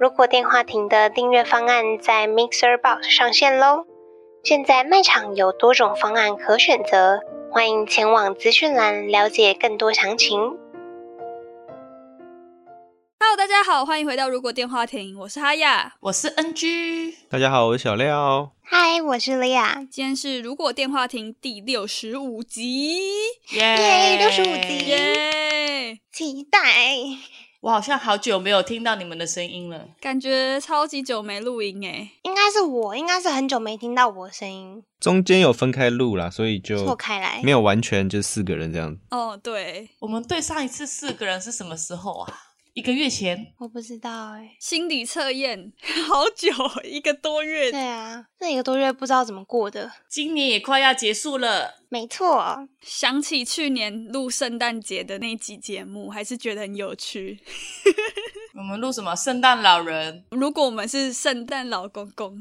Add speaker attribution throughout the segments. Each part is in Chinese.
Speaker 1: 如果电话亭的订阅方案在 Mixer Box 上线喽。现在卖场有多种方案可选择，欢迎前往资讯栏了解更多详情。
Speaker 2: Hello，大家好，欢迎回到《如果电话亭》，我是哈亚。
Speaker 3: 我是 NG，
Speaker 4: 大家好，我是小廖。
Speaker 1: 嗨，我是莉亚。
Speaker 2: 今天是《如果电话亭》第六十五集，
Speaker 1: 耶65集
Speaker 2: 耶！
Speaker 1: 期待。
Speaker 3: 我好像好久没有听到你们的声音了。
Speaker 2: 感觉超级久没录音诶，
Speaker 1: 应该是我，应该是很久没听到我的声音，
Speaker 4: 中间有分开录啦，所以
Speaker 1: 错
Speaker 4: 就
Speaker 1: 开来
Speaker 4: 没。有完全就四个人这样。
Speaker 2: 哦，对，
Speaker 3: 我们对上一次四个人是什么时候啊？一个月前。
Speaker 1: 我不知道哎、
Speaker 2: 心理测验好久，一个多月。
Speaker 1: 对啊，这一个多月不知道怎么过的。
Speaker 3: 今年也快要结束了，
Speaker 1: 没错，
Speaker 2: 想起去年录圣诞节的那集节目，还是觉得很有趣。
Speaker 3: 我们录什么圣诞老人？
Speaker 2: 如果我们是圣诞老公公，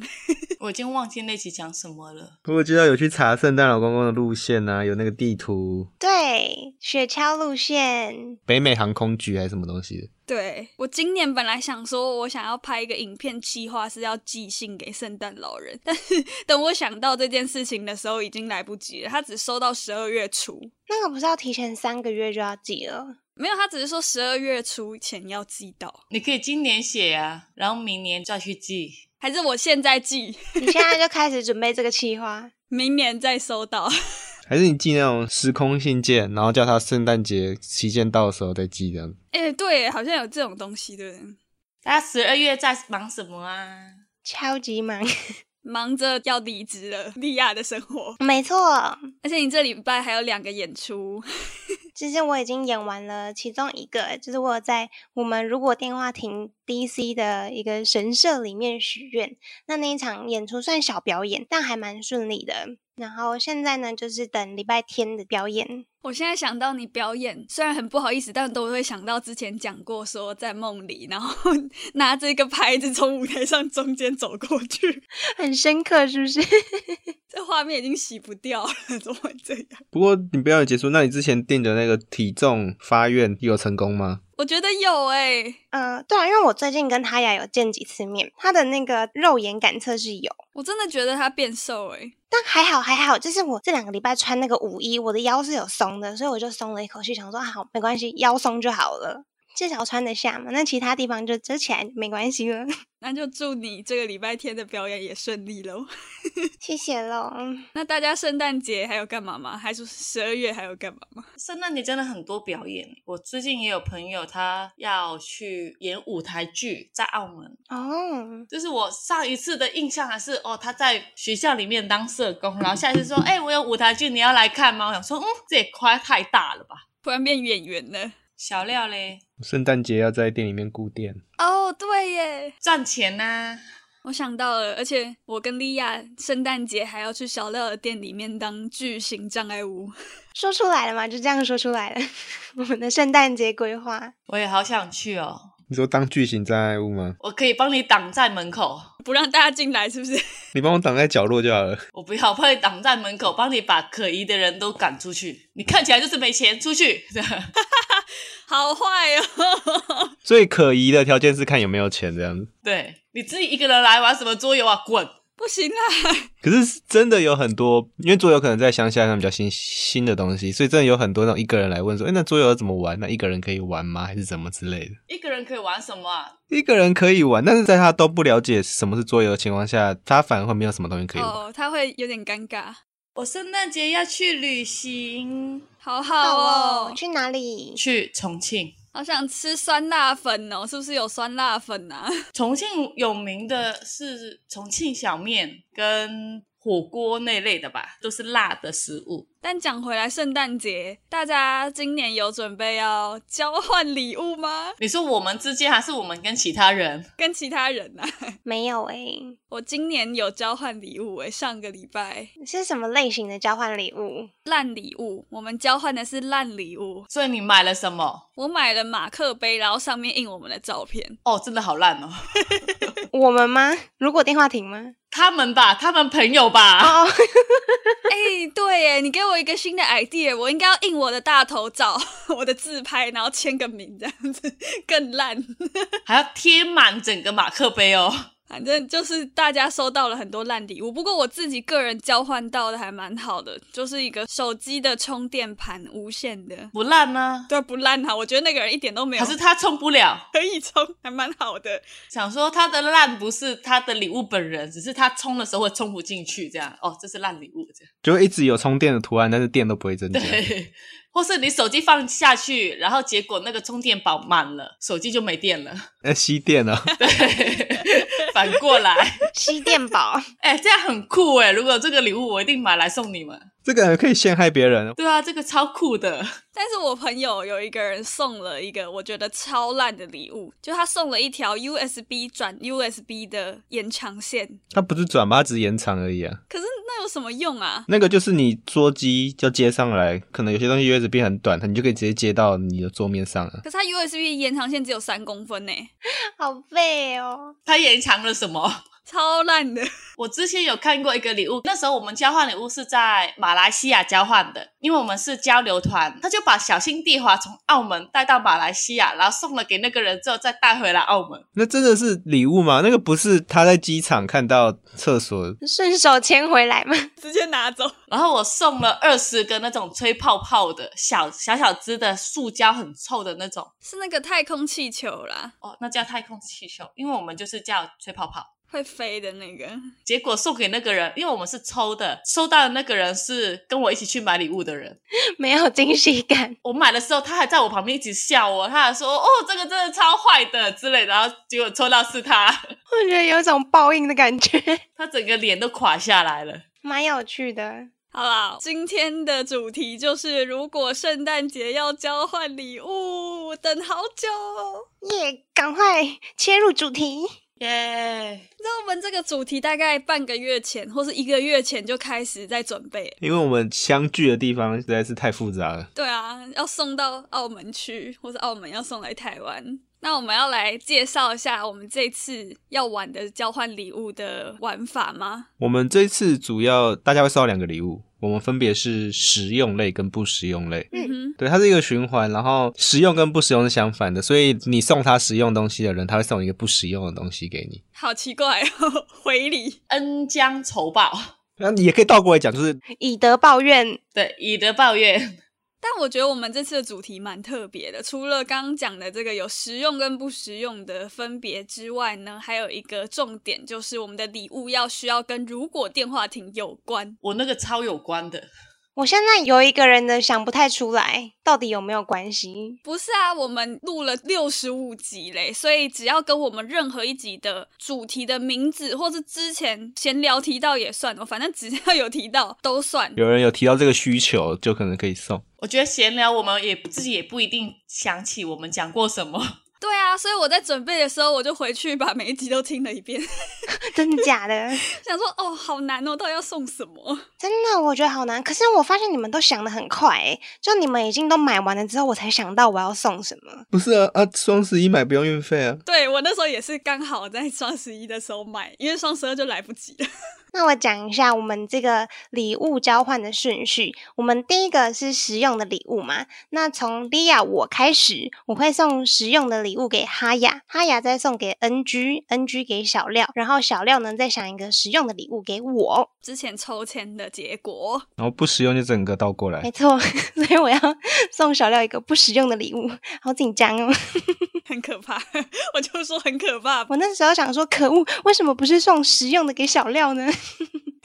Speaker 3: 我已经忘记那期讲什么了。
Speaker 4: 我知道有去查圣诞老公公的路线啊，有那个地图，
Speaker 1: 对，雪橇路线，
Speaker 4: 北美航空局还是什么东西的。
Speaker 2: 对我今年本来想说，我想要拍一个影片，计划是要寄信给圣诞老人，但是 等我想到这件事情的时候，已经来不及了。他只收到十二月初，
Speaker 1: 那个不是要提前三个月就要寄了？
Speaker 2: 没有，他只是说十二月初前要寄到，
Speaker 3: 你可以今年写啊，然后明年再去寄。
Speaker 2: 还是我现在寄，
Speaker 1: 你现在就开始准备这个计划？
Speaker 2: 明年再收到？
Speaker 4: 还是你寄那种时空信件，然后叫他圣诞节期间到的时候再寄这样。
Speaker 2: 哎、对，好像有这种东西的人，
Speaker 3: 大家十二月在忙什么啊？
Speaker 1: 超级忙，
Speaker 2: 忙着要离职了，利亚的生活。
Speaker 1: 没错。
Speaker 2: 而且你这礼拜还有两个演出，
Speaker 1: 其实我已经演完了其中一个，就是我有在我们如果电话亭 DC 的一个神社里面许愿，那那一场演出算小表演，但还蛮顺利的。然后现在呢，就是等礼拜天的表演。
Speaker 2: 我现在想到你表演，虽然很不好意思，但都会想到之前讲过说在梦里，然后 拿着一个牌子从舞台上中间走过去，
Speaker 1: 很深刻，是不 是？
Speaker 2: 这画面已经洗不掉了， 怎么会这样？
Speaker 4: 不过你不要结束，那你之前定的那个体重发愿有成功吗？
Speaker 2: 我觉得有哎、
Speaker 1: 呃，对啊，因为我最近跟他雅有见几次面，他的那个肉眼感测是有，
Speaker 2: 我真的觉得他变瘦哎、
Speaker 1: 但还好还好，就是我这两个礼拜穿那个舞衣，我的腰是有松的，所以我就松了一口气，想说啊好没关系，腰松就好了，至少穿得下嘛。那其他地方就遮起来没关系了，
Speaker 2: 那就祝你这个礼拜天的表演也顺利喽。
Speaker 1: 谢谢喽。
Speaker 2: 那大家圣诞节还有干嘛吗？还是十二月还有干嘛吗？
Speaker 3: 圣诞节真的很多表演，我最近也有朋友他要去演舞台剧，在澳门。
Speaker 1: 哦，
Speaker 3: 就是我上一次的印象还是哦，他在学校里面当社工，然后下一次说，哎、我有舞台剧，你要来看吗？我想说，嗯，这也夸太大了吧。
Speaker 2: 突然变演员了
Speaker 3: 小廖嘞，
Speaker 4: 圣诞节要在店里面顾店，
Speaker 2: 哦对耶，
Speaker 3: 赚钱呐、
Speaker 2: 我想到了，而且我跟莉亚圣诞节还要去小廖的店里面当巨型障碍物。
Speaker 1: 说出来了嘛，就这样说出来了。 我们的圣诞节规划，
Speaker 3: 我也好想去哦，
Speaker 4: 你说当巨型障碍物吗？
Speaker 3: 我可以帮你挡在门口，
Speaker 2: 不让大家进来，是不 是？
Speaker 4: 你帮我挡在角落就好了。
Speaker 3: 我不要，帮你挡在门口，帮你把可疑的人都赶出去。你看起来就是没钱，出去。
Speaker 2: 好坏哦！
Speaker 4: 最可疑的条件是看有没有钱这样子。
Speaker 3: 对，你自己一个人来玩什么桌游啊？滚！
Speaker 2: 不行啦，
Speaker 4: 可是真的有很多，因为桌游可能在乡下上比较新新的东西，所以真的有很多那种一个人来问说：“哎、那桌游要怎么玩？那一个人可以玩吗？还是怎么之类的
Speaker 3: 一个人可以玩什么啊？？”
Speaker 4: 一个人可以玩，但是在他都不了解什么是桌游的情况下，他反而会没有什么东西可以玩。
Speaker 2: 哦，他会有点尴尬。
Speaker 3: 我圣诞节要去旅行，
Speaker 2: 好
Speaker 1: 好
Speaker 2: 好
Speaker 1: 哦
Speaker 2: 哦，，
Speaker 1: 去哪里？
Speaker 3: 去重庆。
Speaker 2: 好想吃酸辣粉哦，是不是有酸辣粉啊？
Speaker 3: 重庆有名的是重庆小面跟。火锅那类的吧，都是辣的食物。
Speaker 2: 但讲回来，圣诞节大家今年有准备要交换礼物吗？
Speaker 3: 你说我们之间还是我们跟其他人？
Speaker 2: 跟其他人啊，
Speaker 1: 没有欸诶、
Speaker 2: 我今年有交换礼物诶、欸上个礼拜
Speaker 1: 是什么类型的交换礼物？
Speaker 2: 烂礼物，我们交换的是烂礼物。
Speaker 3: 所以你买了什么？
Speaker 2: 我买了马克杯，然后上面印我们的照片。
Speaker 3: 哦，真的好烂哦。
Speaker 1: 我们吗？如果电话亭吗？
Speaker 3: 他们吧，他们朋友吧。
Speaker 2: 啊
Speaker 1: 哦，
Speaker 2: 哎、对耶，你给我一个新的 idea，我应该要印我的大头照， 我的自拍，然后签个名，这样子更烂。
Speaker 3: 还要贴满整个马克杯哦。
Speaker 2: 反正就是大家收到了很多烂礼物，不过我自己个人交换到的还蛮好的，就是一个手机的充电盘，无线的，
Speaker 3: 不烂呢、
Speaker 2: 对，不烂啊哈。我觉得那个人一点都没有
Speaker 3: 可是他充不了。
Speaker 2: 可以充，还蛮好的。
Speaker 3: 想说他的烂不是他的礼物本人，只是他充的时候会充不进去，这样哦，这是烂礼物这样。
Speaker 4: 就会一直有充电的图案，但是电都不会增加。
Speaker 3: 对，或是你手机放下去，然后结果那个充电宝满了，手机就没电了。
Speaker 4: 呃，吸电啊，
Speaker 3: 对，反过来，
Speaker 1: 吸电宝，
Speaker 3: 哎、这样很酷哎！如果这个礼物我一定买来送你们。
Speaker 4: 这个可以陷害别人。
Speaker 3: 对啊，这个超酷的，
Speaker 2: 但是我朋友有一个人送了一个我觉得超烂的礼物，就他送了一条 USB 转 USB 的延长线，
Speaker 4: 它不是转吧，它只是延长而已啊。
Speaker 2: 可是那有什么用啊？
Speaker 4: 那个就是你桌机就接上来，可能有些东西 USB 很短，你就可以直接接到你的桌面上啊。
Speaker 2: 可是它 USB 延长线只有三公分呢，
Speaker 1: 好背哦。
Speaker 3: 它延长了什么？
Speaker 2: 超烂的。
Speaker 3: 我之前有看过一个礼物，那时候我们交换礼物是在马来西亚交换的，因为我们是交流团，他就把小心地滑从澳门带到马来西亚，然后送了给那个人之后再带回来澳门。
Speaker 4: 那真的是礼物吗？那个不是他在机场看到厕所，
Speaker 1: 顺手牵回来吗？
Speaker 2: 直接拿走，
Speaker 3: 然后我送了二十个那种吹泡泡的小小小只的塑胶很臭的那种，
Speaker 2: 是那个太空气球啦，
Speaker 3: 哦，那叫太空气球，因为我们就是叫吹泡泡。
Speaker 2: 会飞的那个。
Speaker 3: 结果送给那个人，因为我们是抽的，收到的那个人是跟我一起去买礼物的人。
Speaker 1: 没有惊喜感，
Speaker 3: 我买的时候，他还在我旁边一直笑我，他还说：“哦，这个真的超坏的之类的。”然后结果抽到是他，
Speaker 1: 我觉得有一种报应的感觉，
Speaker 3: 他整个脸都垮下来了。
Speaker 1: 蛮有趣的。
Speaker 2: 好啦，今天的主题就是如果圣诞节要交换礼物，等好久哦。
Speaker 1: 耶、赶快切入主题。
Speaker 3: 耶、
Speaker 2: 那我们这个主题大概半个月前或是一个月前就开始在准备。
Speaker 4: 因为我们相聚的地方实在是太复杂了。
Speaker 2: 对啊，要送到澳门去，或是澳门要送来台湾。那我们要来介绍一下我们这次要玩的交换礼物的玩法吗？
Speaker 4: 我们这次主要大家会收到两个礼物，我们分别是实用类跟不实用类。
Speaker 1: 嗯
Speaker 2: 嗯哼，
Speaker 4: 对，它是一个循环，然后实用跟不实用是相反的，所以你送他实用东西的人，他会送一个不实用的东西给你。
Speaker 2: 好奇怪哦， 回礼。
Speaker 3: 恩将仇报，
Speaker 4: 那你也可以倒过来讲，就是
Speaker 1: 以德报怨，
Speaker 3: 对，以德报怨。
Speaker 2: 但我觉得我们这次的主题蛮特别的，除了刚刚讲的这个有实用跟不实用的分别之外呢，还有一个重点就是我们的礼物要需要跟如果电话亭有关。
Speaker 3: 我那个超有关的，
Speaker 1: 我现在有一个人的想不太出来，到底有没有关系？
Speaker 2: 不是啊，我们录了六十五集嘞，所以只要跟我们任何一集的主题的名字，或是之前闲聊提到也算，我哦反正只要有提到都算。
Speaker 4: 有人有提到这个需求，就可能可以送。
Speaker 3: 我觉得闲聊我们也自己也不一定想起我们讲过什么。
Speaker 2: 对啊，所以我在准备的时候，我就回去把每一集都听了一遍，
Speaker 1: 真的假的？
Speaker 2: 想说哦，好难哦，到底要送什么？
Speaker 1: 真的，我觉得好难。可是我发现你们都想的很快、欸，就你们已经都买完了之后，我才想到我要送什么。
Speaker 4: 不是啊啊，双十一买不用运费啊。
Speaker 2: 对我那时候也是刚好在双十一的时候买，因为双十二就来不及了。
Speaker 1: 那我讲一下我们这个礼物交换的顺序。我们第一个是实用的礼物嘛，那从莉亚我开始，我会送实用的礼物给哈雅，哈雅再送给 NG，NG 给小廖，然后小廖呢再想一个实用的礼物给我。
Speaker 2: 之前抽签的结果，
Speaker 4: 然后不实用就整个倒过来
Speaker 1: 没。错， 所以我要送小廖一个不实用的礼物，好紧张哦。
Speaker 2: 很可怕， 我就说很可怕。
Speaker 1: 我那时候想说，可恶，为什么不是送实用的给小廖呢？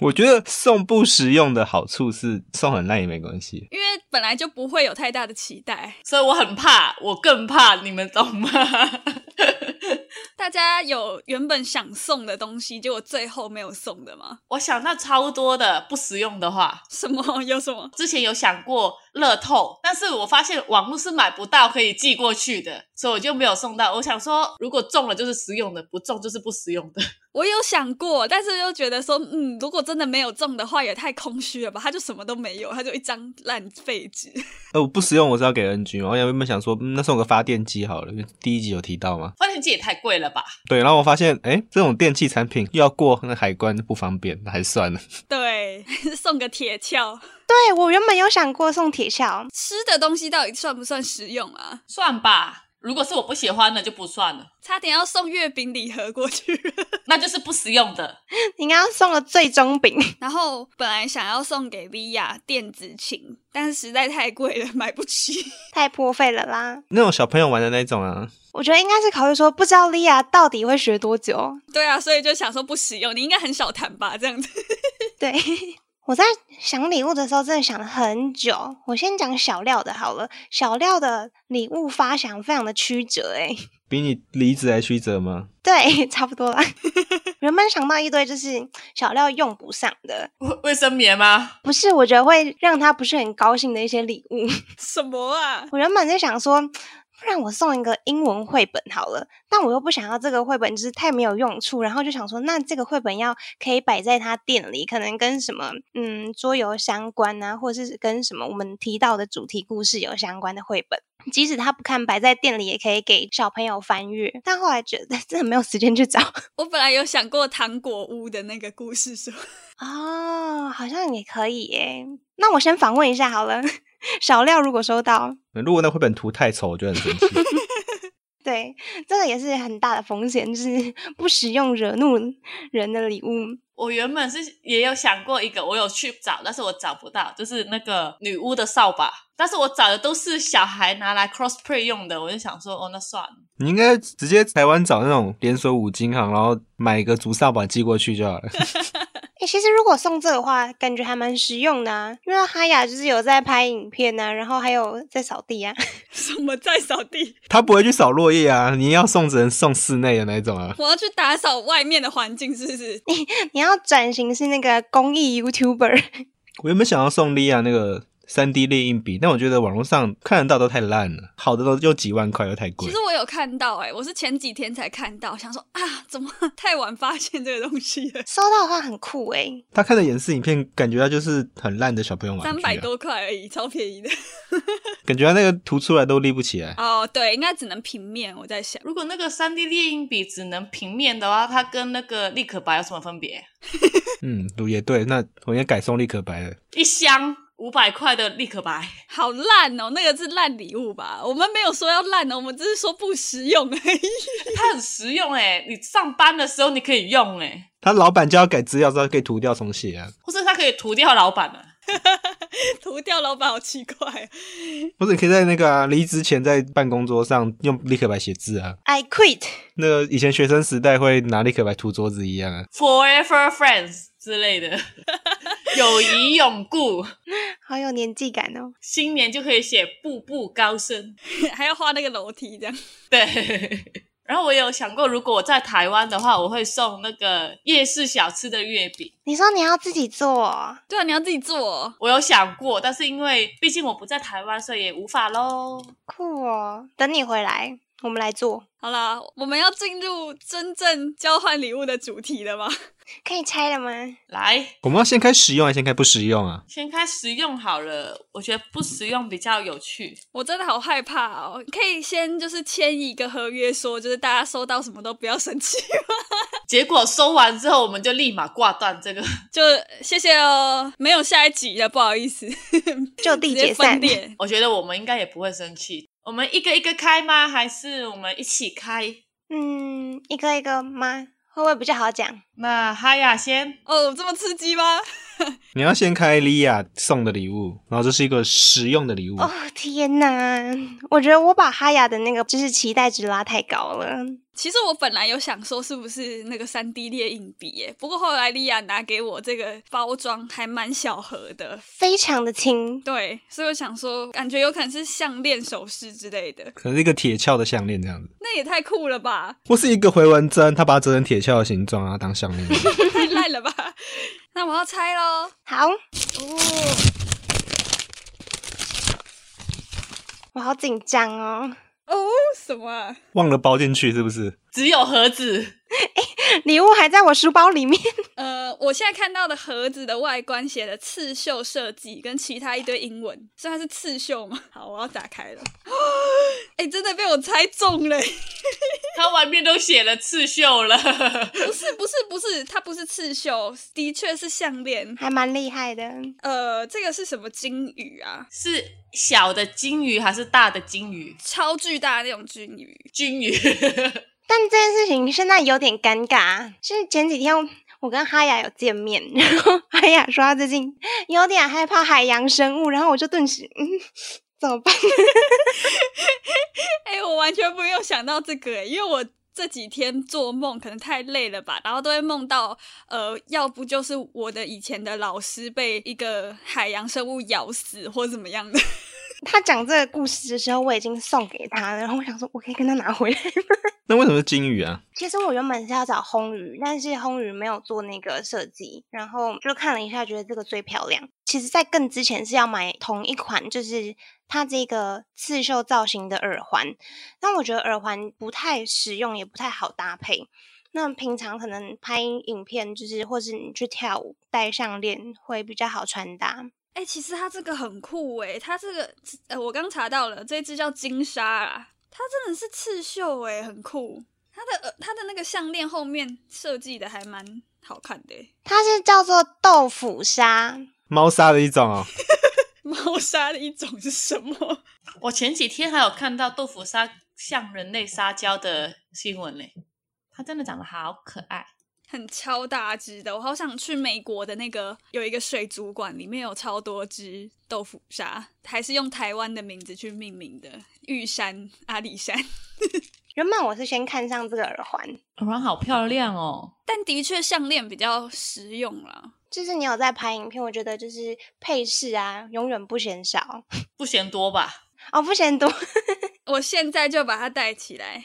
Speaker 4: 我觉得送不实用的好处是送很烂也没关系，
Speaker 2: 因为本来就不会有太大的期待。
Speaker 3: 所以我很怕，我更怕，你们懂吗？
Speaker 2: 大家有原本想送的东西，结果最后没有送的吗？
Speaker 3: 我想到超多的不实用的话，
Speaker 2: 什么？ 有什么？
Speaker 3: 之前有想过乐透，但是我发现网络是买不到可以寄过去的，所以我就没有送到。我想说，如果中了就是实用的，不中就是不实用的。
Speaker 2: 我有想过，但是又觉得说，嗯，如果真的没有中的话，也太空虚了吧？他就什么都没有，他就一张烂废纸。
Speaker 4: 呃，我不实用我是要给 NG 嘛，我原本想说、嗯那送个发电机好了，因为第一集有提到嘛。
Speaker 3: 发电机也太贵了吧？
Speaker 4: 对，然后我发现，哎、这种电器产品又要过那海关不方便，那还是算了。
Speaker 2: 对， 送个铁锹。
Speaker 1: 对我原本有想过送铁锹，
Speaker 2: 吃的东西到底算不算实用啊？
Speaker 3: 算吧，如果是我不喜欢的就不算了，
Speaker 2: 差点要送月饼礼盒过去了。
Speaker 3: 那就是不实用的。
Speaker 1: 你刚刚送了最终饼，
Speaker 2: 然后本来想要送给 Via 电子琴，但是实在太贵了，买不起。
Speaker 1: 太破费了啦！
Speaker 4: 那种小朋友玩的那种啊，
Speaker 1: 我觉得应该是考虑说，不知道莉亚到底会学多久。
Speaker 2: 对啊，所以就想说不实用，你应该很少谈吧？这样子。
Speaker 1: 对， 我在想礼物的时候真的想了很久。我先讲小料的好了，小料的礼物发想非常的曲折诶、
Speaker 4: 比你离职还曲折吗？
Speaker 1: 对，差不多啦。原本想到一堆就是小料用不上的，
Speaker 3: 卫 卫生棉吗？
Speaker 1: 不是我觉得会让他不是很高兴的一些礼物。
Speaker 2: 什么啊？
Speaker 1: 我原本是想说，不然我送一个英文绘本好了，但我又不想要这个绘本，就是太没有用处。然后就想说，那这个绘本要可以摆在他店里，可能跟什么嗯桌游相关啊，或者是跟什么我们提到的主题故事有相关的绘本。即使他不看，摆在店里也可以给小朋友翻阅。但后来觉得 真的没有时间去找
Speaker 2: 我本来有想过糖果屋的那个故事书，
Speaker 1: 哦，好像也可以耶。那我先访问一下好了， 小料如果收到，
Speaker 4: 如果那绘本图太丑，我就很生气。
Speaker 1: 对，这个也是很大的风险，就是 不实用惹怒人的礼物。
Speaker 3: 我原本是也有想过一个，我有去找，但是我找不到，就是那个女巫的扫把。但是我找的都是小孩拿来 crossplay 用的，我就想说，哦，那算了。
Speaker 4: 你应该直接台湾找那种连锁五金行，然后买一个竹扫把寄过去就好了。
Speaker 1: 诶、其实如果送这个的话，感觉还蛮实用的啊，因为哈雅就是有在拍影片啊，然后还有在扫地啊。
Speaker 2: 什么在扫地，
Speaker 4: 他不会去扫落叶啊，你要送只能送室内的那一种啊。
Speaker 2: 我要去打扫外面的环境，是不是？
Speaker 4: 哎
Speaker 1: 你要转型是那个公益 YouTuber，
Speaker 4: 我原本想要送莉亚那个三 D 猎印笔，但我觉得网络上看得到都太烂了，好的都就几万块，又太贵
Speaker 2: 其实。我有看到、哎，我是前几天才看到，想说啊，怎么太晚发现这个东西了？
Speaker 1: 收到的话很酷诶、
Speaker 4: 他看的演示影片，感觉他就是很烂的小朋友玩具、啊，
Speaker 2: 三百，多块而已，超便宜的。
Speaker 4: 感觉他那个涂出来都立不起来。
Speaker 2: 哦，对，应该只能平面。我在想，
Speaker 3: 如果那个三 D 猎鹰笔只能平面的话，它跟那个立可白有什么分别？
Speaker 4: 嗯，也对，那我应该改送立可白了。
Speaker 3: 一箱五百块的立可白，
Speaker 2: 好烂哦，那个是烂礼物吧？我们没有说要烂哦，我们只是说不实用而已。
Speaker 3: 它很实用诶，你上班的时候你可以用诶，
Speaker 4: 他老板叫他改资料之后可以涂掉重写啊，
Speaker 3: 或者它可以涂掉老板啊。
Speaker 2: 涂掉老板好奇怪、啊
Speaker 4: 或者你可以在那个啊离职、前在办公桌上用立可白写字啊，
Speaker 1: i quit。
Speaker 4: 那个以前学生时代会拿立可白涂桌子一样啊。
Speaker 3: Forever Friends 之类的， 友谊永固。
Speaker 1: 好有年纪感哦！
Speaker 3: 新年就可以写步步高升。
Speaker 2: 还要画那个楼梯这样。
Speaker 3: 对。然后我有想过，如果我在台湾的话，我会送那个夜市小吃的月饼。
Speaker 1: 你说你要自己做哦，
Speaker 2: 对啊，你要自己做哦、
Speaker 3: 我有想过，但是因为毕竟我不在台湾，所以也无法喽。
Speaker 1: 酷哦！等你回来，我们来做，
Speaker 2: 好啦，我们要进入真正交换礼物的主题了吗？
Speaker 1: 可以拆了吗？
Speaker 3: 来，
Speaker 4: 我们要先开实用还是先开不实用啊？
Speaker 3: 先开实用好了，我觉得不实用比较有趣。
Speaker 2: 我真的好害怕哦！可以先就是签一个合约说就是大家收到什么都不要生气 吗？
Speaker 3: 结果收完之后，我们就立马挂断这个。
Speaker 2: 就谢谢哦，没有下一集了，不好意思，
Speaker 1: 就
Speaker 2: 直
Speaker 1: 地
Speaker 2: 接
Speaker 1: 解
Speaker 2: 分
Speaker 1: 散。
Speaker 2: 店。
Speaker 3: 我觉得我们应该也不会生气。我们一个一个开吗？还是我们一起开？
Speaker 1: 嗯，一个一个吗？会不会比较好讲？
Speaker 3: 那哈雅先，
Speaker 2: 哦，这么刺激吗？
Speaker 4: 你要先开莉亚送的礼物，然后这是一个实用的礼物。啊
Speaker 1: 哦天哪！我觉得我把哈雅的那个就是期待值拉太高了。
Speaker 2: 其实我本来有想说是不是那个三 D 列印笔耶，不过后来莉亚拿给我这个包装还蛮小盒的，
Speaker 1: 非常的轻，
Speaker 2: 对，所以我想说感觉有可能是项链、首饰之类的，
Speaker 4: 可能是一个铁鞘的项链这样子，
Speaker 2: 那也太酷了吧，
Speaker 4: 或是一个回纹针，他把它折成铁鞘的形状啊，然后当项 链。
Speaker 2: 太烂了吧！ 那我要拆喽，
Speaker 1: 好，
Speaker 2: 哦，
Speaker 1: 我好紧张哦。
Speaker 2: 哦，什么、啊？
Speaker 4: 忘了包进去是不是？
Speaker 3: 只有盒子，
Speaker 1: 礼物还在我书包里面，
Speaker 2: 呃，我现在看到的盒子的外观写的刺绣设计，跟其他一堆英文，所以它是刺绣吗？好，我要打开 了。哎、真的被我猜中 了！
Speaker 3: 它外面都写了刺绣了。
Speaker 2: 不是，不是，不是，它不是刺绣，的确是项链。
Speaker 1: 还蛮厉害的。
Speaker 2: 呃，这个是什么金鱼啊？
Speaker 3: 是小的金鱼还是大的金鱼？
Speaker 2: 超巨大的那种金鱼，
Speaker 3: 金鱼，
Speaker 1: 但这件事情现在有点尴尬，是前几天我跟哈雅有见面，然后哈雅说她最近有点害怕海洋生物，然后我就顿时嗯。怎么办？
Speaker 2: 哎、我完全没有想到这个、哎，因为我这几天做梦可能太累了吧，然后都会梦到，呃，要不就是我的以前的老师被一个海洋生物咬死，或怎么样的。
Speaker 1: 他讲这个故事的时候，我已经送给他了。然后我想说，我可以跟他拿回来吗。
Speaker 4: 那为什么是金鱼啊？
Speaker 1: 其实我原本是要找烘鱼，但是烘鱼没有做那个设计，然后就看了一下，觉得这个最漂亮。其实，在更之前是要买同一款，就是它这个刺绣造型的耳环，但我觉得耳环不太实用，也不太好搭配。那平常可能拍影片，就是或是你去跳舞戴项链会比较好穿搭。
Speaker 2: 哎、其实它这个很酷哎、它这个呃，我刚查到了，这只叫金鲨啊，它真的是刺绣哎、很酷。它的呃，它的那个项链后面设计的还蛮好看的、欸，
Speaker 1: 它是叫做豆腐纱，
Speaker 4: 猫砂的一种哦。
Speaker 2: 猫砂的一种是什么？
Speaker 3: 我前几天还有看到豆腐鲨像人类撒娇的新闻嘞，它真的长得好可爱。
Speaker 2: 很超大只的，我好想去美国的那个有一个水族馆，里面有超多只豆腐鲨，还是用台湾的名字去命名的，玉山、阿里山。
Speaker 1: 原本我是先看上这个耳环，
Speaker 3: 耳环好漂亮哦，
Speaker 2: 但的确项链比较实用啦。
Speaker 1: 就是你有在拍影片，我觉得就是配饰啊，永远不嫌少
Speaker 3: 不嫌多吧？
Speaker 1: 哦，不嫌多。
Speaker 2: 我现在就把它戴起来，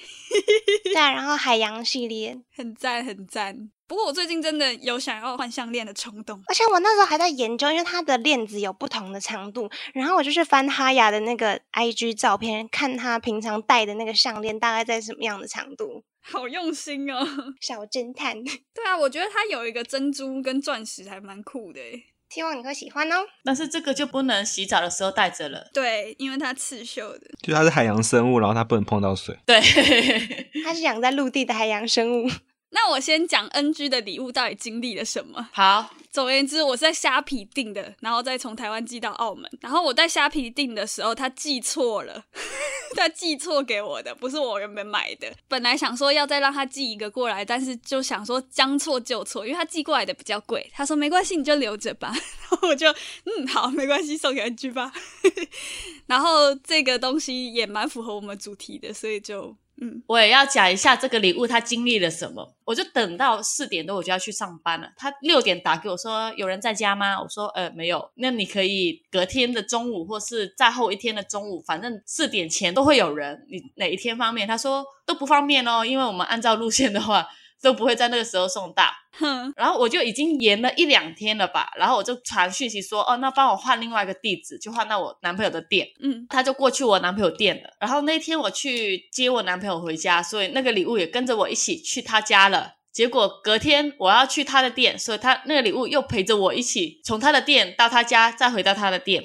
Speaker 1: 对啊，然后海洋系列，
Speaker 2: 很赞很赞。不过我最近真的有想要换项链的冲动，
Speaker 1: 而且我那时候还在研究，因为它的链子有不同的长度，然后我就去翻哈雅的那个 IG 照片，看她平常戴的那个项链大概在什么样的长度。
Speaker 2: 好用心哦。
Speaker 1: 小侦探，
Speaker 2: 对啊，我觉得它有一个珍珠跟钻石还蛮酷的欸诶。
Speaker 1: 希望你会喜欢哦。
Speaker 3: 但是这个就不能洗澡的时候戴着了。
Speaker 2: 对，因为它刺绣的。
Speaker 4: 就它是海洋生物，然后它不能碰到水。
Speaker 3: 对，
Speaker 1: 它是养在陆地的海洋生物，
Speaker 2: 那我先讲 NG 的礼物到底经历了什么。
Speaker 3: 好，
Speaker 2: 总而言之，我是在虾皮订的，然后再从台湾寄到澳门。然后我在虾皮订的时候，他寄错了， 他寄错给我的，不是我原本买的。本来想说要再让他寄一个过来，但是就想说将错就错，因为他寄过来的比较贵。他说没关系，你就留着吧。 然后我就嗯好，没关系，送给 NG 吧。 然后这个东西也蛮符合我们主题的，所以就嗯
Speaker 3: 我也要讲一下这个礼物它经历了什么。我就等到四点多我就要去上班了，他六点打给我说有人在家吗？我说呃没有，那你可以隔天的中午或是再后一天的中午，反正四点前都会有人。你哪一天方便？他说都不方便哦，因为我们按照路线的话 都不会在那个时候送到。
Speaker 2: 哼
Speaker 3: 然后我就已经延了一两天了吧，然后我就传讯息说哦那帮我换另外一个地址，就换到我男朋友的店。
Speaker 2: 嗯
Speaker 3: 他就过去我男朋友店了。然后那天我去接我男朋友回家，所以那个礼物也跟着我一起去他家了。结果隔天我要去他的店，所以他那个礼物又陪着我一起从他的店到他家，再回到他的店。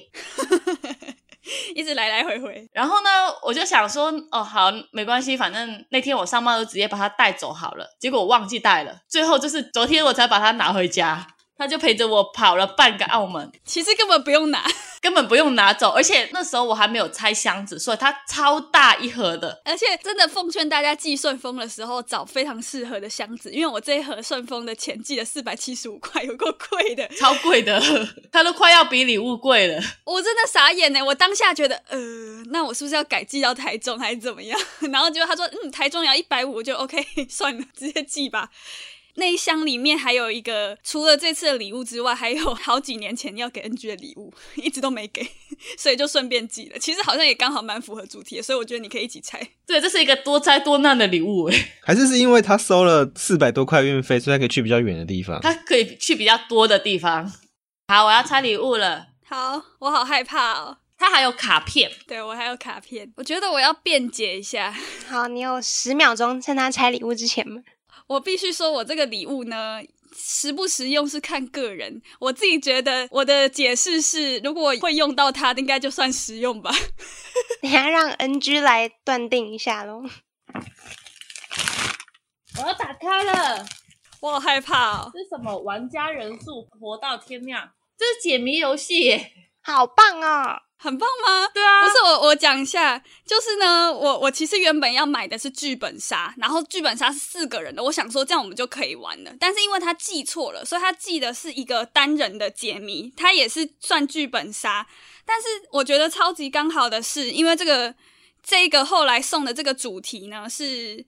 Speaker 2: 一直来来回回。
Speaker 3: 然后呢，我就想说，哦，好，没关系，反正那天我上班就直接把它带走好了。结果我忘记带了，最后就是昨天我才把它拿回家。他就陪着我跑了半个澳门，
Speaker 2: 其实根本不用拿，
Speaker 3: 根本不用拿走。而且那时候我还没有拆箱子，所以它超大一盒的。
Speaker 2: 而且真的奉劝大家寄顺丰的时候找非常适合的箱子，因为我这一盒顺丰的钱寄了四百七十五块，有够贵的，
Speaker 3: 超贵的，它都快要比礼物贵了。
Speaker 2: 我真的傻眼呢。我当下觉得，呃，那我是不是要改寄到台中还是怎么样？ 然后结果他说，嗯，台中也要一百五，我就 OK，算了，直接寄吧。那一箱里面还有一个，除了这次的礼物之外，还有好几年前要给 NG 的礼物，一直都没给， 所以就顺便寄了。其实好像也刚好蛮符合主题的，所以我觉得你可以一起拆。
Speaker 3: 对，这是一个多灾多难的礼物 诶，
Speaker 4: 还是是因为他收了四百多块运费，所以他可以去比较远的地方。
Speaker 3: 它可以去比较多的地方。好，我要拆礼物了。
Speaker 2: 好，我好害怕哦。
Speaker 3: 它还有卡片，
Speaker 2: 对我还有卡片，我觉得我要辩解一下。
Speaker 1: 好，你有十秒钟，趁他拆礼物之前吗？
Speaker 2: 我必须说，我这个礼物呢，实不实用是看个人。我自己觉得我的解释是，如果会用到它，应该就算实用吧。
Speaker 1: 等一下让 NG 来断定一下喽。
Speaker 3: 我要打开了。
Speaker 2: 我好害怕哦。
Speaker 3: 这是什么？玩家人数活到天亮，这是解谜游戏耶。
Speaker 1: 好棒哦！
Speaker 2: 很棒吗？
Speaker 3: 对啊
Speaker 2: 不是我，我讲一下，就是呢，我我其实原本要买的是剧本杀，然后剧本杀是四个人的，我想说这样我们就可以玩了。但是因为他记错了，所以他记的是一个单人的解谜，他也是算剧本杀。但是我觉得超级刚好的是，因为这个这个后来送的这个主题呢是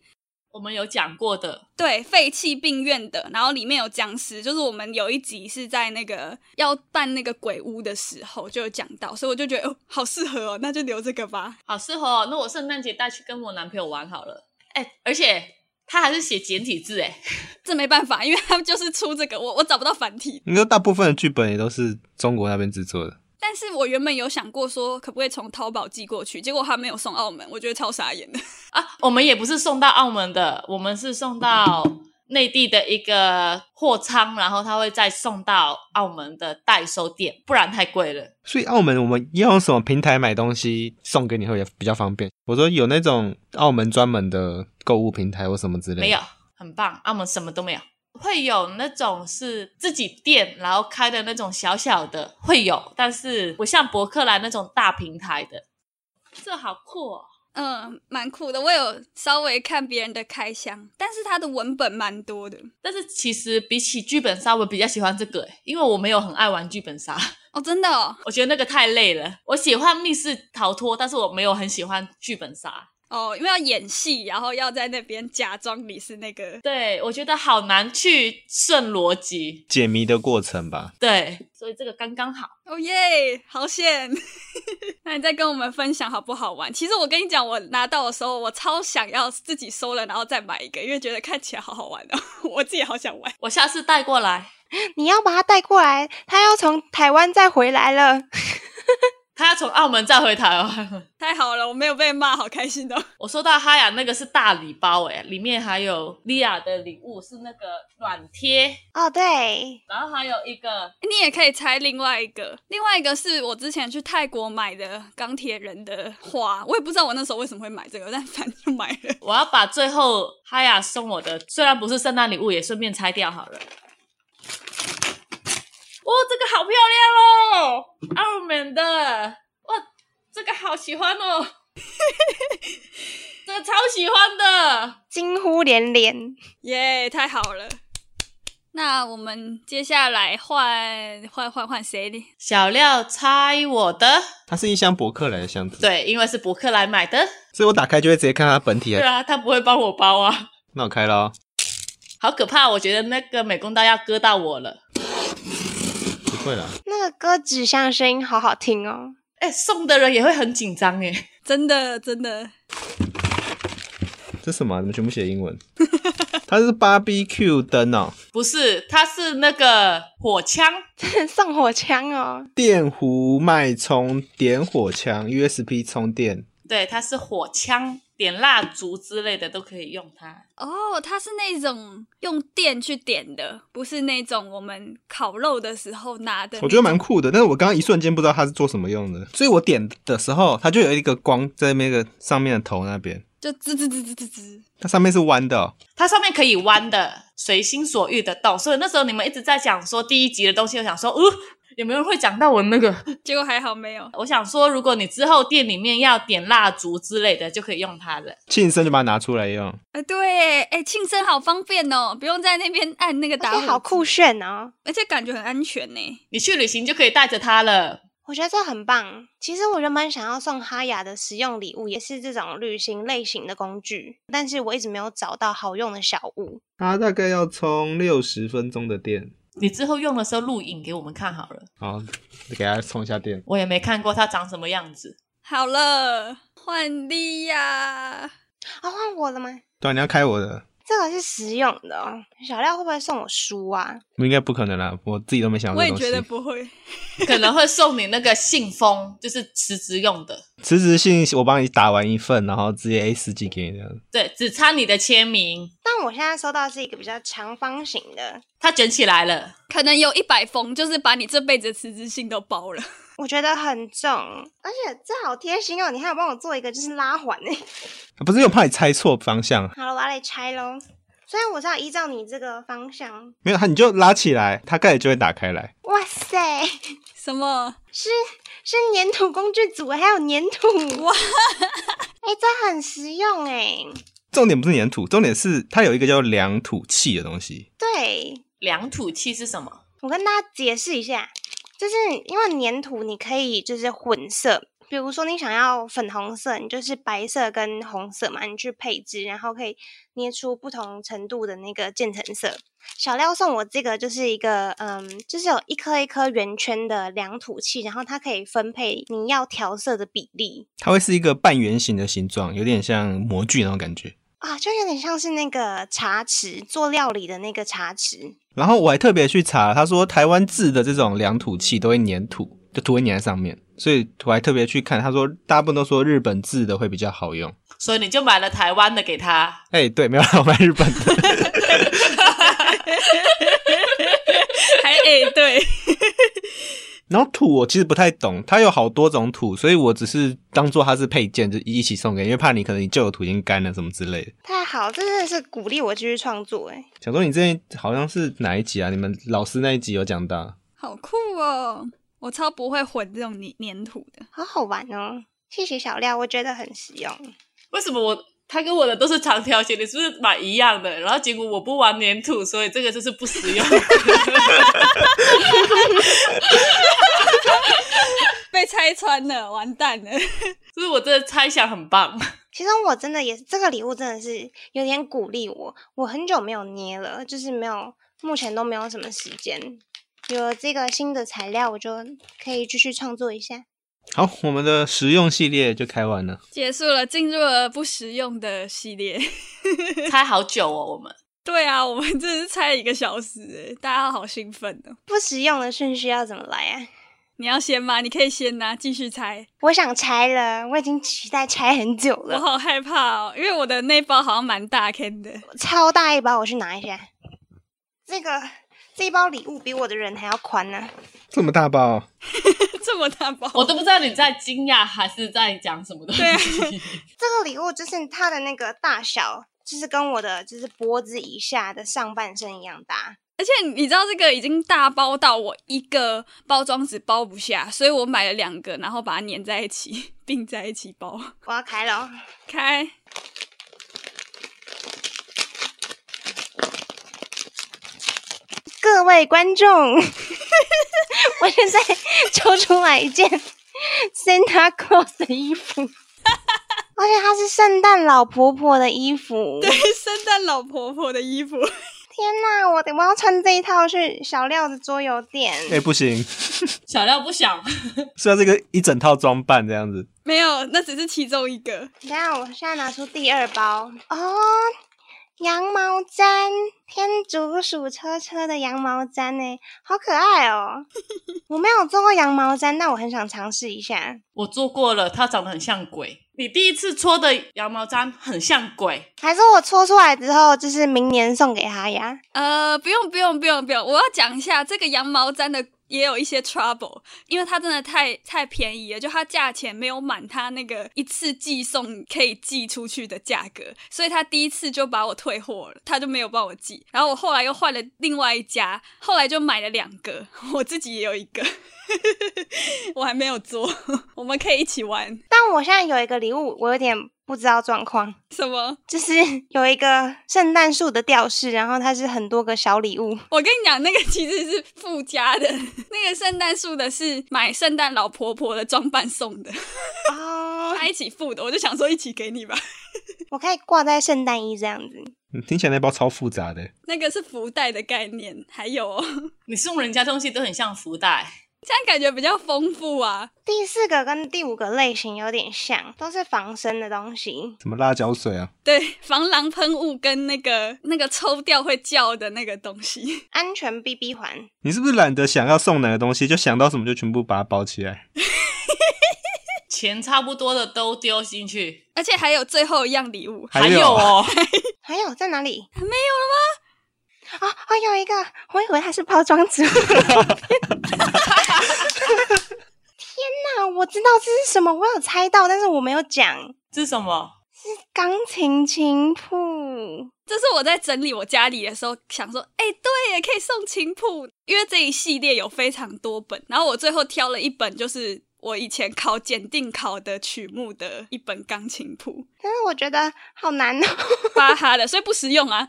Speaker 3: 我们有讲过的，
Speaker 2: 对，废弃病院的，然后里面有僵尸，就是我们有一集是在那个要办那个鬼屋的时候就有讲到，所以我就觉得哦，好适合哦，那就留这个吧。
Speaker 3: 好适合哦。那我圣诞节带去跟我男朋友玩好了。哎，而且他还是写简体字哎，
Speaker 2: 这没办法，因为他们就是出这个， 我我找不到繁体。
Speaker 4: 你说大部分的剧本也都是中国那边制作的，
Speaker 2: 但是我原本有想过说，可不可以从淘宝寄过去，结果他没有送澳门，我觉得超傻眼的。
Speaker 3: 啊，我们也不是送到澳门的，我们是送到内地的一个货仓，然后他会再送到澳门的代收店，不然太贵了。
Speaker 4: 所以澳门我们要用什么平台买东西送给你会比较方便？我说有那种澳门专门的购物平台或什么之类的，
Speaker 3: 没有，很棒，澳门什么都没有。会有那种是自己店，然后开的那种小小的会有，但是不像博客来那种大平台的。这好酷哦！
Speaker 2: 嗯，蛮酷的。我有稍微看别人的开箱，但是他的文本蛮多的。
Speaker 3: 但是其实比起剧本杀，我比较喜欢这个诶，因为我没有很爱玩剧本杀，
Speaker 2: 哦，真的哦，
Speaker 3: 我觉得那个太累了。我喜欢密室逃脱，但是我没有很喜欢剧本杀。
Speaker 2: 哦，因为要演戏，然后要在那边假装你是那个
Speaker 3: 对，我觉得好难去顺逻辑。
Speaker 4: 解谜的过程吧。
Speaker 3: 对，所以这个刚刚好。
Speaker 2: 哦耶，好险！ 那你再跟我们分享好不好玩？其实我跟你讲，我拿到的时候，我超想要自己收了，然后再买一个，因为觉得看起来好好玩哦， 我自己也好想玩。
Speaker 3: 我下次带过来。
Speaker 1: 你要把他带过来，他要从台湾再回来了。
Speaker 3: 他要从澳门再回台湾。
Speaker 2: 太好了，我没有被骂，好开心哦！
Speaker 3: 我收到哈雅那个是大礼包诶，里面还有莉亚的礼物是那个软贴，
Speaker 1: 哦，对，
Speaker 3: 然后还有一个
Speaker 2: 你也可以猜另外一个，另外一个是我之前去泰国买的钢铁人的画，我也不知道我那时候为什么会买这个，但反正就买了。
Speaker 3: 我要把最后哈雅送我的，虽然不是圣诞礼物，也顺便拆掉好了。哇、这个好漂亮哦，澳门的，哇，这个好喜欢哦，这个超喜欢的。
Speaker 1: 惊呼连连。
Speaker 2: 耶、太好了！那我们接下来换换换换谁呢？
Speaker 3: 小廖拆我的，
Speaker 4: 它是一箱博客来的箱子，
Speaker 3: 对，因为是博客来买的，
Speaker 4: 所以我打开就会直接看它本体
Speaker 3: 对
Speaker 4: 啊。
Speaker 3: 啊，他不会帮我包啊。
Speaker 4: 那我开了哦，
Speaker 3: 好可怕！我觉得那个美工刀要割到我了。
Speaker 4: 不会啦，
Speaker 1: 那个歌纸箱的声音好好听哦。
Speaker 3: 哎，送的人也会很紧张哎。
Speaker 2: 真的真的，
Speaker 4: 这什么啊、怎么全部写英文？ 它是 BBQ 灯哦，
Speaker 3: 不是，他是那个火枪，
Speaker 1: 送火枪哦，
Speaker 4: 电弧脉冲点火枪 USB 充电，
Speaker 3: 对，它是火枪，点蜡烛之类的都可以用它。
Speaker 2: 哦，它是那种用电去点的，不是那种我们烤肉的时候拿的。
Speaker 4: 我觉得蛮酷的。但是我刚刚一瞬间不知道它是做什么用的，所以我点的时候，它就有一个光在那个上面的头那边。
Speaker 2: 就滋滋滋滋滋滋。
Speaker 4: 它上面是弯的、哦，
Speaker 3: 它上面可以弯的，随心所欲的动。所以那时候你们一直在讲说第一集的东西，我想说，呃，有没有人会讲到我那个？
Speaker 2: 结果还好没有。
Speaker 3: 我想说，如果你之后店里面要点蜡烛之类的，就可以用它了。
Speaker 4: 庆生就把它拿出来用。
Speaker 2: 哎，对，哎，庆生好方便哦，不用在那边按那个打
Speaker 1: 而且
Speaker 2: 火
Speaker 1: 好
Speaker 2: 机
Speaker 1: 酷，炫哦！
Speaker 2: 而且感觉很安全呢。
Speaker 3: 你去旅行就可以带着它了。
Speaker 1: 我觉得这很棒。其实我原本想要送哈雅的实用礼物，也是这种旅行类型的工具，但是我一直没有找到好用的小物。
Speaker 4: 它大概要充六十分钟的电，
Speaker 3: 你之后用的时候录影给我们看好了，
Speaker 4: 好，给它充一下电。
Speaker 3: 我也没看过它长什么样子。
Speaker 2: 好了，换莉亚，
Speaker 1: 啊、换我了吗？
Speaker 4: 对啊，你要开我的，
Speaker 1: 这个是实用的哦。小廖会不会送我书啊？
Speaker 4: 应该不可能啦，我自己都没想
Speaker 2: 我
Speaker 4: 到这
Speaker 2: 也
Speaker 4: 东西。
Speaker 2: 觉得不会。
Speaker 3: 可能会送你那个信封，就是辞职用的，
Speaker 4: 辞职信我帮你打完一份，然后直接 A 四寄给你这样。
Speaker 3: 对，只差你的签名，
Speaker 1: 但我现在收到是一个比较长方形的，
Speaker 3: 它卷起来了。
Speaker 2: 可能有一百封，就是把你这辈子的辞职信都包了。
Speaker 1: 我觉得很重，而且这好贴心哦！你还有帮我做一个 就是拉环呢。
Speaker 4: 不是，因为我怕你猜错方向，
Speaker 1: 好了，我要来拆喽。虽然我是要依照你这个方向，
Speaker 4: 没有，它你就拉起来，它盖子就会打开来。
Speaker 1: 哇塞，
Speaker 2: 什么？
Speaker 1: 是是粘土工具组，还有粘土
Speaker 2: 哇！
Speaker 1: 哎、这很实用哎。
Speaker 4: 重点不是粘土，重点是它有一个叫量土器的东西。
Speaker 1: 对，
Speaker 3: 量土器是什么？
Speaker 1: 我跟大家解释一下，就是因为粘土你可以就是混色，比如说你想要粉红色，你就是白色跟红色嘛，你去配置，然后可以捏出不同程度的那个渐层色。小廖送我这个就是一个，嗯，就是有一颗一颗圆圈的量土器，然后它可以分配你要调色的比例
Speaker 4: 它会是一个半圆形的形状，有点像模具那种感觉。
Speaker 1: 啊，就有点像是那个茶匙做料理的那个茶匙，
Speaker 4: 然后我还特别去查，他说台湾制的这种量土器都会粘土，就土会粘在上面，所以我还特别去看，他说大部分都说日本制的会比较好用。
Speaker 3: 所以你就买了台湾的给他，
Speaker 4: 哎、对，没有让我卖日本的，
Speaker 2: 还哎、对，
Speaker 4: 然后土我其实不太懂，它有好多种土，所以我只是当做它是配件，就一起送给你，因为怕你可能你旧的土已经干了什么之类的。
Speaker 1: 太好，这真的是鼓励我继续创作哎、
Speaker 4: 想说你之前好像是哪一集啊？你们老师那一集有讲到，
Speaker 2: 好酷哦！我超不会混这种泥粘土的。
Speaker 1: 好好玩哦！谢谢小廖，我觉得很实用。
Speaker 3: 为什么我他跟我的都是长条形？你是不是买一样的？然后结果我不玩粘土，所以这个就是不实 用。
Speaker 2: 被拆穿了，完蛋了！
Speaker 3: 就是我真的猜想很 棒，
Speaker 1: 其实我真的也是，这个礼物真的是有点鼓励我。我很久没有捏了，就是没有，目前都没有什么时间。有了这个新的材料，我就可以继续创作一下。
Speaker 4: 好，我们的实用系列就开完了。
Speaker 2: 结束了，进入了不实用的系列。
Speaker 3: 猜好久哦，我们
Speaker 2: 对啊，我们真的是猜了一个小时，哎，大家好兴奋哦！
Speaker 1: 不实用的顺序要怎么来啊？
Speaker 2: 你要先吗？你可以先拿，继续猜。
Speaker 1: 我想拆了，我已经期待拆很久
Speaker 2: 我
Speaker 1: 了，
Speaker 2: 好害怕哦，因为我的那包好像蛮大坑 的。
Speaker 1: 超大一包，我去拿一下。这个这一包礼物比我的人还要宽呢、
Speaker 4: 这么大包，
Speaker 2: 这么大包，
Speaker 3: 我都不知道你在惊讶还是在讲什么东西。
Speaker 2: 对啊
Speaker 1: 这个礼物就是它的那个大小，就是跟我的就是脖子以下的上半身一样大。
Speaker 2: 而且你知道这个已经大包到我一个包装纸包不下，所以我买了两个，然后把它粘在一起，并在一起包
Speaker 1: 我要开了哦，
Speaker 2: 开。
Speaker 1: 各位观众， 我现在抽出来一件 Santa Claus 的衣服，而且它是圣诞老婆婆的衣服。
Speaker 2: 圣诞老婆婆的衣服，
Speaker 1: 天哪，我得我要穿这一套去小廖的桌游店。
Speaker 4: 哎、不行，
Speaker 3: 小廖不想，
Speaker 4: 是要这个一整套装扮这样子。
Speaker 2: 没有，那只是其中一个。
Speaker 1: 等一下，我现在拿出第二包哦，羊毛毡，天竺鼠车车的羊毛毡呢，好可爱 哦！我没有做过羊毛毡，但我很想尝试一下。
Speaker 3: 我做过了，它长得很像鬼。你第一次搓的羊毛毡很像鬼，
Speaker 1: 还是我搓出来之后，就是明年送给他呀？
Speaker 2: 呃，不用不用不用不用，我要讲一下这个羊毛毡的也有一些 trouble，因为它真的太太便宜了，就它价钱没有满它那个一次寄送可以寄出去的价格，所以他第一次就把我退货了，他就没有帮我寄。然后我后来又换了另外一家，后来就买了两个，我自己也有一个， 我还没有做，我们可以一起玩
Speaker 1: 但我现在有一个礼物，我有点不知道状况，
Speaker 2: 什么？
Speaker 1: 就是 有一个圣诞树的吊饰，然后它是很多个小礼物。
Speaker 2: 我跟你讲，那个其实是附加的， 那个圣诞树的是买圣诞老婆婆的装扮送的。
Speaker 1: 哦，
Speaker 2: 他一起付的，我就想说一起给你吧。
Speaker 1: 我可以挂在圣诞衣这样子。
Speaker 4: 嗯听起来那包超复杂的，
Speaker 2: 那个是福袋的概念，还有 哦，这
Speaker 3: 你送人家东西都很像福袋。
Speaker 2: 样感觉比较丰富啊。
Speaker 1: 第四个跟第五个类型有点像，都是防身的东西。
Speaker 4: 什么辣椒水啊？
Speaker 2: 对，防狼喷雾跟那个那个抽掉会叫的那个东西，
Speaker 1: 安全 BB 环，
Speaker 4: 你是不是懒得想要送哪个东西，就想到什么就全部把它包起来？
Speaker 3: 钱差不多的都丢进去，
Speaker 2: 而且还有最后一样礼物，
Speaker 4: 还有啊
Speaker 3: 有哦，
Speaker 1: 还有在哪里？没有了吗？啊、哦、有一个，我以为它是包装纸。 天哪，我知道这是什么，我有猜到，但是我没有讲。
Speaker 3: 这是什么？
Speaker 1: 钢琴琴谱，
Speaker 2: 这是我在整理我家里的时候想说，哎、对耶，可以送琴谱，因为这一系列有非常多本，然后我最后挑了一本，就是我以前考检定考的曲目的一本钢琴谱，
Speaker 1: 但是我觉得好难哦，
Speaker 2: 巴哈的，所以不实用啊。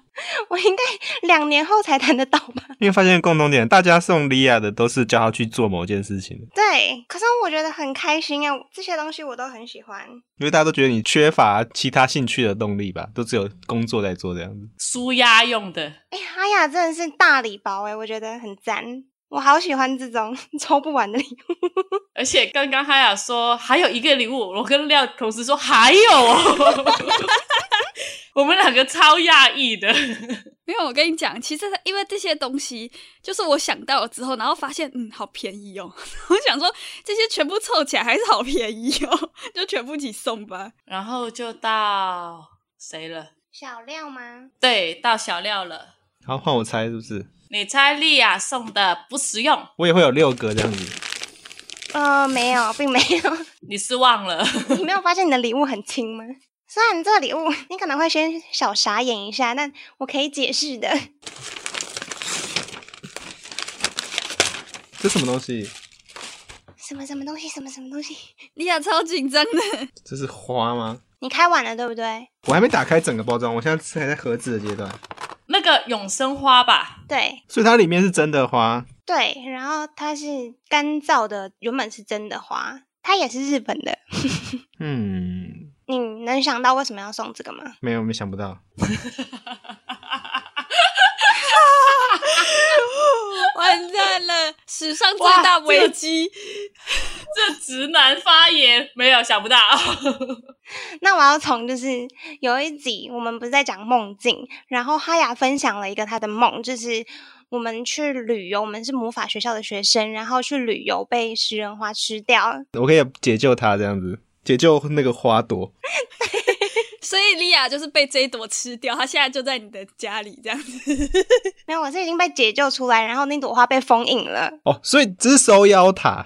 Speaker 1: 我应该两年后才弹得到吧？
Speaker 4: 因为发现共同点，大家送莉亚的都是叫她去做某件事情，
Speaker 1: 对，可是我觉得很开心啊，这些东西我都很喜欢。
Speaker 4: 因为大家都觉得你缺乏其他兴趣的动力吧，都只有工作在做这样子。
Speaker 3: 舒压用的，
Speaker 1: 哎、哈雅真的是大礼包哎、我觉得很赞，我好喜欢这种 抽不完的礼物。
Speaker 3: 而且刚刚哈雅说还有一个礼物，我跟廖同时说还有哦， 我们两个超讶异的，
Speaker 2: 没有，我跟你讲，其实因为这些东西，就是我想到了之后，然后发现，嗯，好便宜哦。 我想说，这些全部凑起来还是好便宜哦，就全部一起送 吧。
Speaker 3: 然后就到谁了？
Speaker 1: 小料吗？
Speaker 3: 对，到小廖了。
Speaker 4: 好，换我猜是不是？
Speaker 3: 你猜莉亚送的不实用，
Speaker 4: 我也会有六个这样子。
Speaker 1: 呃，没有，并没有。
Speaker 3: 你失望了。
Speaker 1: 你没有发现你的礼物很轻吗？虽然这个礼物你可能会先小傻眼一下，但我可以解释的。
Speaker 4: 这什么东西？
Speaker 1: 什么什么东西？什么什么东西？
Speaker 2: 莉亚超紧张的，
Speaker 4: 这是花吗？
Speaker 1: 你开完了对不对？
Speaker 4: 我还没打开整个包装，我现在是还在盒子的阶段，
Speaker 3: 那个永生花吧，
Speaker 1: 对
Speaker 4: 所以它里面是真的花。
Speaker 1: 对，然后它是干燥的，原本是真的花，它也是日本的。
Speaker 4: 嗯，
Speaker 1: 你能想到为什么要送这个吗？
Speaker 4: 没有，没想不到。
Speaker 2: 完蛋了，史上最
Speaker 3: 哇
Speaker 2: 大
Speaker 3: 这
Speaker 2: 危
Speaker 3: 个
Speaker 2: 机。
Speaker 3: 这直男发言没有想不到，
Speaker 1: 那我要从就是有一集我们不是在讲梦境，然后哈雅分享了一个她的梦，就是我们去旅游，我们是魔法学校的学生，然后去旅游被食人花吃掉。
Speaker 4: 我可以解救它这样子，解救那个花朵。
Speaker 2: 所以莉亚就是被这一朵吃掉，她现在就在你的家里这样子。
Speaker 1: 没有，我是已经被解救出来，然后那朵花被封印了。
Speaker 4: 哦，所以这是收妖塔。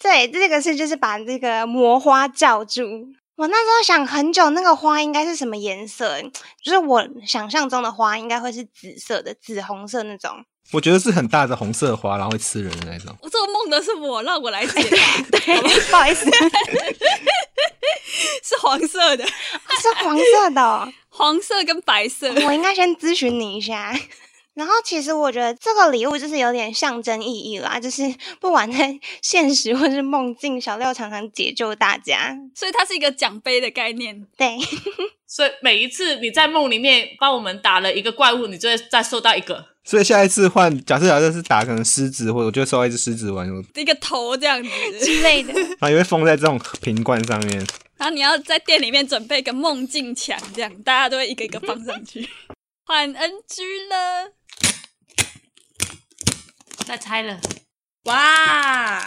Speaker 1: 对，这个是就是把这个魔花罩住。我那时候想很久，那个花应该是什么颜色？就是我想象中的花应该会是紫色的，紫红色那种。
Speaker 4: 我觉得是很大的红色的花，然后会吃人的那种。
Speaker 2: 我做梦的是我，让我来解答，
Speaker 1: 对，不 好意思，
Speaker 2: 是黄色的，
Speaker 1: 是黄色的哦、
Speaker 2: 黄色跟白色。
Speaker 1: 我应该先咨询你一下。然后，其实我觉得这个礼物就是有点象征意义啦，就是不管在现实或是梦境，小廖常常解救大家。
Speaker 2: 所以它是一个奖杯的概念。
Speaker 1: 对，
Speaker 3: 所以每一次你在梦里面帮我们打了一个怪物，你就会再收到一个。
Speaker 4: 所以下一次换，假设假设是打可能狮子，或者我就收到一只狮子丸，
Speaker 2: 一个头这样子，
Speaker 1: 之类的。
Speaker 4: 然后也会封在这种瓶罐上面。
Speaker 2: 然后你要在店里面准备一个梦境墙，这样大家都会一个一个放上去。换 NG 了，
Speaker 3: 再猜了，哇，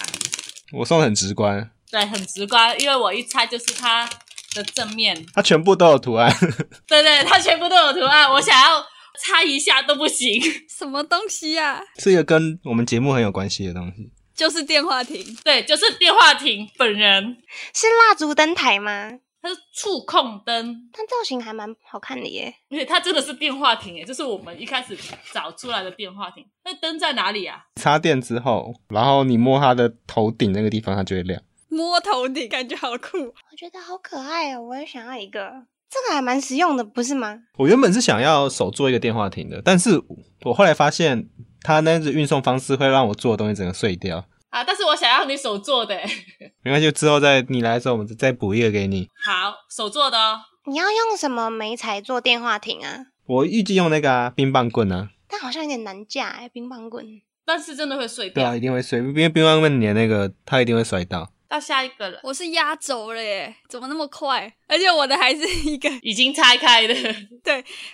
Speaker 4: 我送的很直观，
Speaker 3: 对，很直观，因为我一猜就是他的正面，
Speaker 4: 它全部都有图案，
Speaker 3: 对对，它全部都有图案，我想要猜一下都不行。
Speaker 2: 什么东西呀、
Speaker 4: 是一个跟我们节目很有关系的东西。
Speaker 2: 就是电话亭，
Speaker 3: 对，就是电话亭本人，
Speaker 1: 是蜡烛灯台吗？
Speaker 3: 它是触控灯，
Speaker 1: 但造型还蛮好看的耶。
Speaker 3: 而且它真的是电话亭诶，就是我们一开始找出来的电话亭。那灯在哪里啊？
Speaker 4: 插电之后，然后你摸它的头顶那个地方，它就会亮。
Speaker 2: 摸头顶，感觉好酷。
Speaker 1: 我觉得好可爱哦，我也想要一个。这个还蛮实用的，不是吗？
Speaker 4: 我原本是想要手做一个电话亭的，但是我后来发现它那个运送方式会让我做的东西整个碎掉。
Speaker 3: 啊，但是我想要你手做的诶，
Speaker 4: 没关系，之后再你来的时候，我们再补一个给你。
Speaker 3: 好，手做的哦。
Speaker 1: 你要用什么媒材做电话亭啊？
Speaker 4: 我预计用那个啊，冰棒棍啊，
Speaker 1: 但好像有点难架哎，冰棒棍。
Speaker 3: 但是真的会碎
Speaker 4: 对
Speaker 3: 掉。
Speaker 4: 啊，一定会摔，因为冰棒棍粘那个，它一定会摔到。
Speaker 3: 到下一个了，
Speaker 2: 我是压轴了耶，怎么那么快？而且我的还是一个
Speaker 3: 已经拆开的，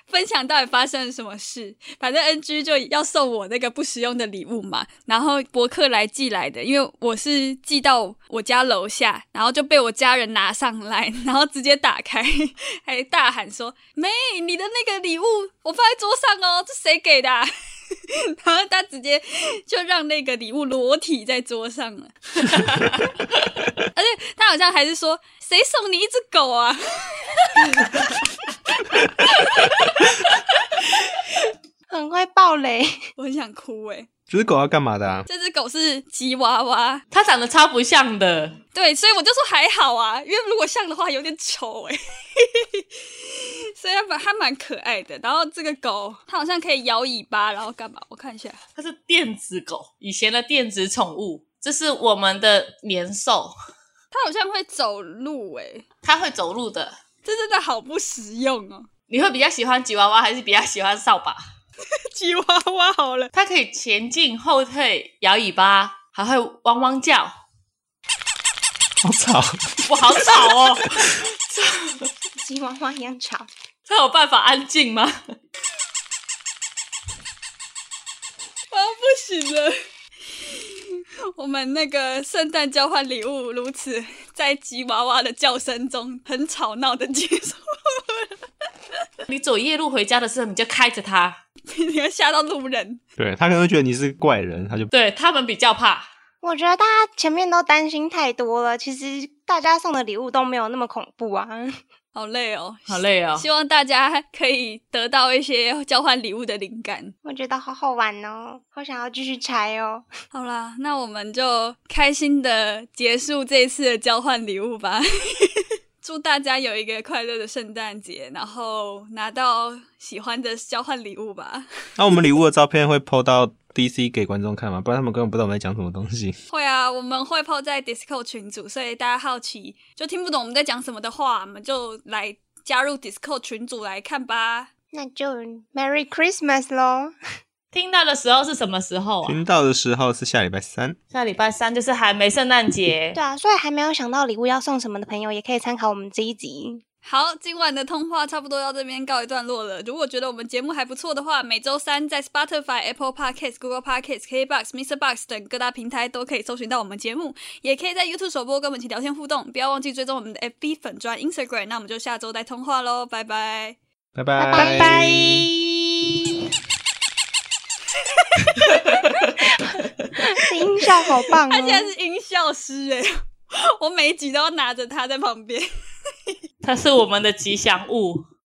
Speaker 2: 分享到底发生了什么事。反正 NG 就要送我那个不实用的礼物嘛，然后博客来寄来的，因为我是寄到我家楼下，然后就被我家人拿上来， 然后直接打开， 还大喊说：“妹，你的那个礼物我放在桌上哦，这谁给的啊、 然后他直接就让那个礼物裸体在桌上了， 而且他好像还是说：“谁送你一只狗啊？”
Speaker 1: 很会爆雷，
Speaker 2: 我很想哭诶、
Speaker 4: 这只狗要干嘛的啊？
Speaker 2: 这只狗是吉娃娃，
Speaker 3: 它长得超不像的。
Speaker 2: 对，所以我就说还好啊，因为如果像的话有点丑哎、 所以它蛮它蛮可爱的。然后这个狗它好像可以摇尾巴，然后干嘛？我看一下，
Speaker 3: 它是电子狗，以前的电子宠物，这是我们的年兽，
Speaker 2: 它好像会走路哎、
Speaker 3: 它会走路的。
Speaker 2: 这真的好不实用哦。
Speaker 3: 你会比较喜欢吉娃娃，还是比较喜欢扫把？
Speaker 2: 吉娃娃好了，
Speaker 3: 它可以前进、后退、摇尾巴，还会汪汪叫。
Speaker 4: 好吵！
Speaker 3: 我好吵哦，
Speaker 1: 吉娃娃一样吵。
Speaker 3: 它有办法安静吗？
Speaker 2: 我要不行了。 我们那个圣诞交换礼物如此，在吉娃娃的叫声中很吵闹的结束，
Speaker 3: 你走夜路回家的时候，你就开着它。
Speaker 2: 你会吓到路人。
Speaker 4: 对，它可能会觉得你是怪人，它就
Speaker 3: 对他们比较怕，
Speaker 1: 我觉得大家前面都担心太多了，其实大家送的礼物都没有那么恐怖啊。
Speaker 2: 好累哦，
Speaker 3: 好累哦。
Speaker 2: 希望大家可以得到一些交换礼物的灵感。
Speaker 1: 我觉得好好玩哦，好想要继续拆哦。
Speaker 2: 好啦，那我们就开心的结束这一次的交换礼物吧。 祝大家有一个快乐的圣诞节，然后拿到喜欢的交换礼物吧。
Speaker 4: 那我们礼物的照片会 PO 到 DC 给观众看吗？不然他们根本不知道我们在讲什么东西。
Speaker 2: 会啊，我们会抛在 Discord 群组，所以大家好奇就听不懂我们在讲什么的话，我们就来加入 Discord 群组来看吧。
Speaker 1: 那就 Merry Christmas 喽！
Speaker 3: 听到的时候是什么时候啊？
Speaker 4: 听到的时候是下礼拜三，
Speaker 3: 下礼拜三就是还没圣诞节
Speaker 1: 对。啊，所以还没有想到礼物要送什么的朋友，也可以参考我们这一集。
Speaker 2: 好，今晚的通话差不多到这边告一段落了。如果觉得我们节目还不错的话，每周三在 Spotify、Apple Podcasts、Google Podcasts、KBox、Mr. Box 等各大平台都可以搜寻到我们节目，也可以在 YouTube 首播跟我们一起聊天互动。不要忘记追踪我们的 FB 粉专 Instagram。那我们就下周再通话喽，拜拜。
Speaker 4: 拜拜
Speaker 1: 拜拜。这音效好棒
Speaker 2: 他现在
Speaker 1: 哦！
Speaker 2: 是音效师 哎、我每一集都要拿着他在旁边。
Speaker 3: 它是我们的吉祥物。